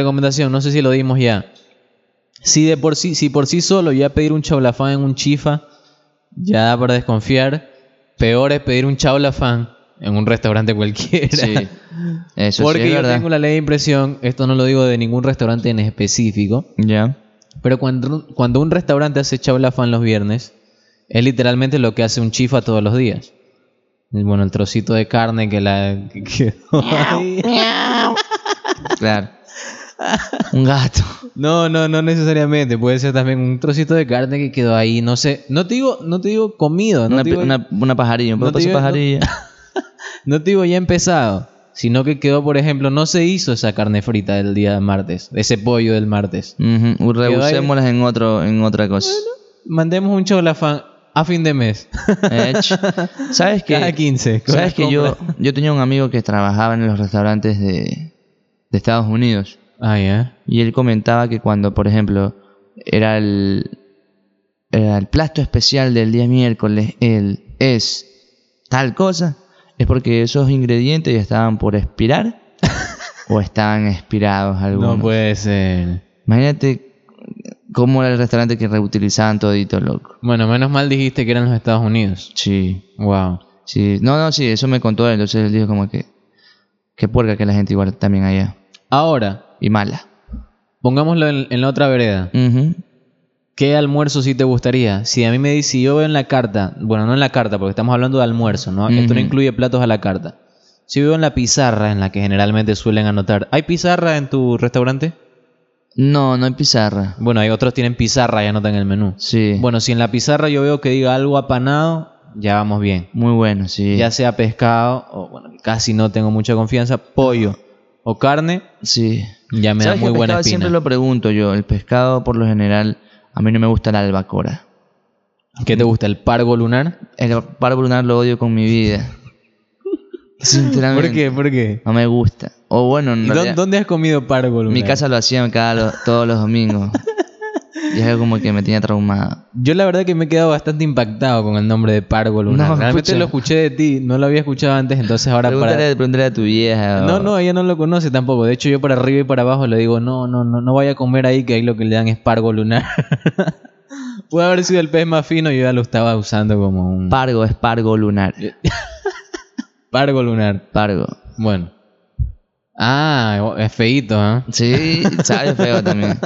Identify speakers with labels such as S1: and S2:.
S1: recomendación, no sé si lo dimos ya. Si de por sí, si por sí solo ya pedir un chaulafán en un chifa, ya da para desconfiar. Peor es pedir un chaulafán en un restaurante cualquiera.
S2: Sí. Eso
S1: Porque
S2: sí es
S1: yo
S2: verdad.
S1: tengo la ley de impresión, esto no lo digo de ningún restaurante en específico,
S2: Ya.
S1: pero cuando, cuando un restaurante hace chaulafán los viernes, es literalmente lo que hace un chifa todos los días. Y Bueno, el trocito de carne que la que quedó ahí.
S2: Claro. Un gato.
S1: No, no, no necesariamente. Puede ser también un trocito de carne que quedó ahí. No sé. No te digo, no te digo comido. No, te
S2: Una, pi-
S1: digo,
S2: una, una pajarilla, un
S1: no te
S2: pedazo de
S1: digo- no-
S2: pajarilla.
S1: no te digo ya empezado. Sino que quedó, por ejemplo, no se hizo esa carne frita del día martes. Ese pollo del martes.
S2: Ujú, Rebusémoslas en, otro, en otra cosa.
S1: Mandemos un cholafán a fin de mes.
S2: Ech. ¿Sabes qué?
S1: Cada 15. con
S2: ¿Sabes
S1: las
S2: que yo,
S1: compras.
S2: yo tenía un amigo que trabajaba en los restaurantes de, de Estados Unidos?
S1: Ah, ya.
S2: Y él comentaba que cuando, por ejemplo, era el, era el plato especial del día miércoles, él es tal cosa, es porque esos ingredientes ya estaban por expirar o estaban expirados algunos.
S1: No puede ser.
S2: Imagínate cómo era el restaurante que reutilizaban todito, loco.
S1: Bueno, menos mal dijiste que eran los Estados Unidos.
S2: Sí,
S1: Wow.
S2: sí. No, no, sí, eso me contó él. Entonces él dijo como que, qué puerca que la gente igual también allá.
S1: Ahora,
S2: Y mala.
S1: pongámoslo en- en la otra vereda.
S2: Ujú.
S1: ¿Qué almuerzo sí te gustaría? Si a mí me dice, si yo veo en la carta, bueno, no en la carta, porque estamos hablando de almuerzo, ¿no? Esto no
S2: Ujú.
S1: incluye platos a la carta. Si veo en la pizarra en la que generalmente suelen anotar, ¿hay pizarra en tu restaurante?
S2: No, no hay pizarra.
S1: Bueno, hay otros tienen pizarra y anotan el menú.
S2: Sí.
S1: Bueno, si en la pizarra yo veo que diga algo apanado, ya vamos bien.
S2: Muy bueno, sí.
S1: Ya sea pescado, o bueno, casi no tengo mucha confianza, pollo o carne,
S2: Sí.
S1: ya me da
S2: ¿Sabes que
S1: muy
S2: el
S1: buena
S2: pescado
S1: espina.
S2: siempre lo pregunto yo. El pescado, por lo general, a mí no me gusta la albacora.
S1: ¿Qué te gusta, el pargo lunar?
S2: El paro lunar lo odio con mi vida. Sinceramente.
S1: ¿Por qué?
S2: No me gusta. O bueno, en
S1: ¿Y
S2: realidad,
S1: dó- ¿Dónde has comido pargo lunar?
S2: mi casa lo hacían cada lo- todos los domingos. y es algo como que me tenía traumado.
S1: Yo la verdad que me he quedado bastante impactado con el nombre de Pargo Lunar.
S2: No,
S1: Realmente
S2: escucha.
S1: lo escuché de ti, no lo había escuchado antes, entonces ahora
S2: Pregúntale,
S1: para...
S2: pregúntale a tu vieja. o-
S1: No, no, ella no lo conoce tampoco. De hecho, yo para arriba y para abajo le digo, no, no, no, no vaya a comer ahí, que ahí lo que le dan es Pargo Lunar. Puede haber sido el pez más fino, yo ya lo estaba usando como un
S2: Pargo es pargo lunar.
S1: Pargo Lunar.
S2: Pargo.
S1: Bueno. Ah, es feíto, ¿ah?
S2: Sí, sabe feo también.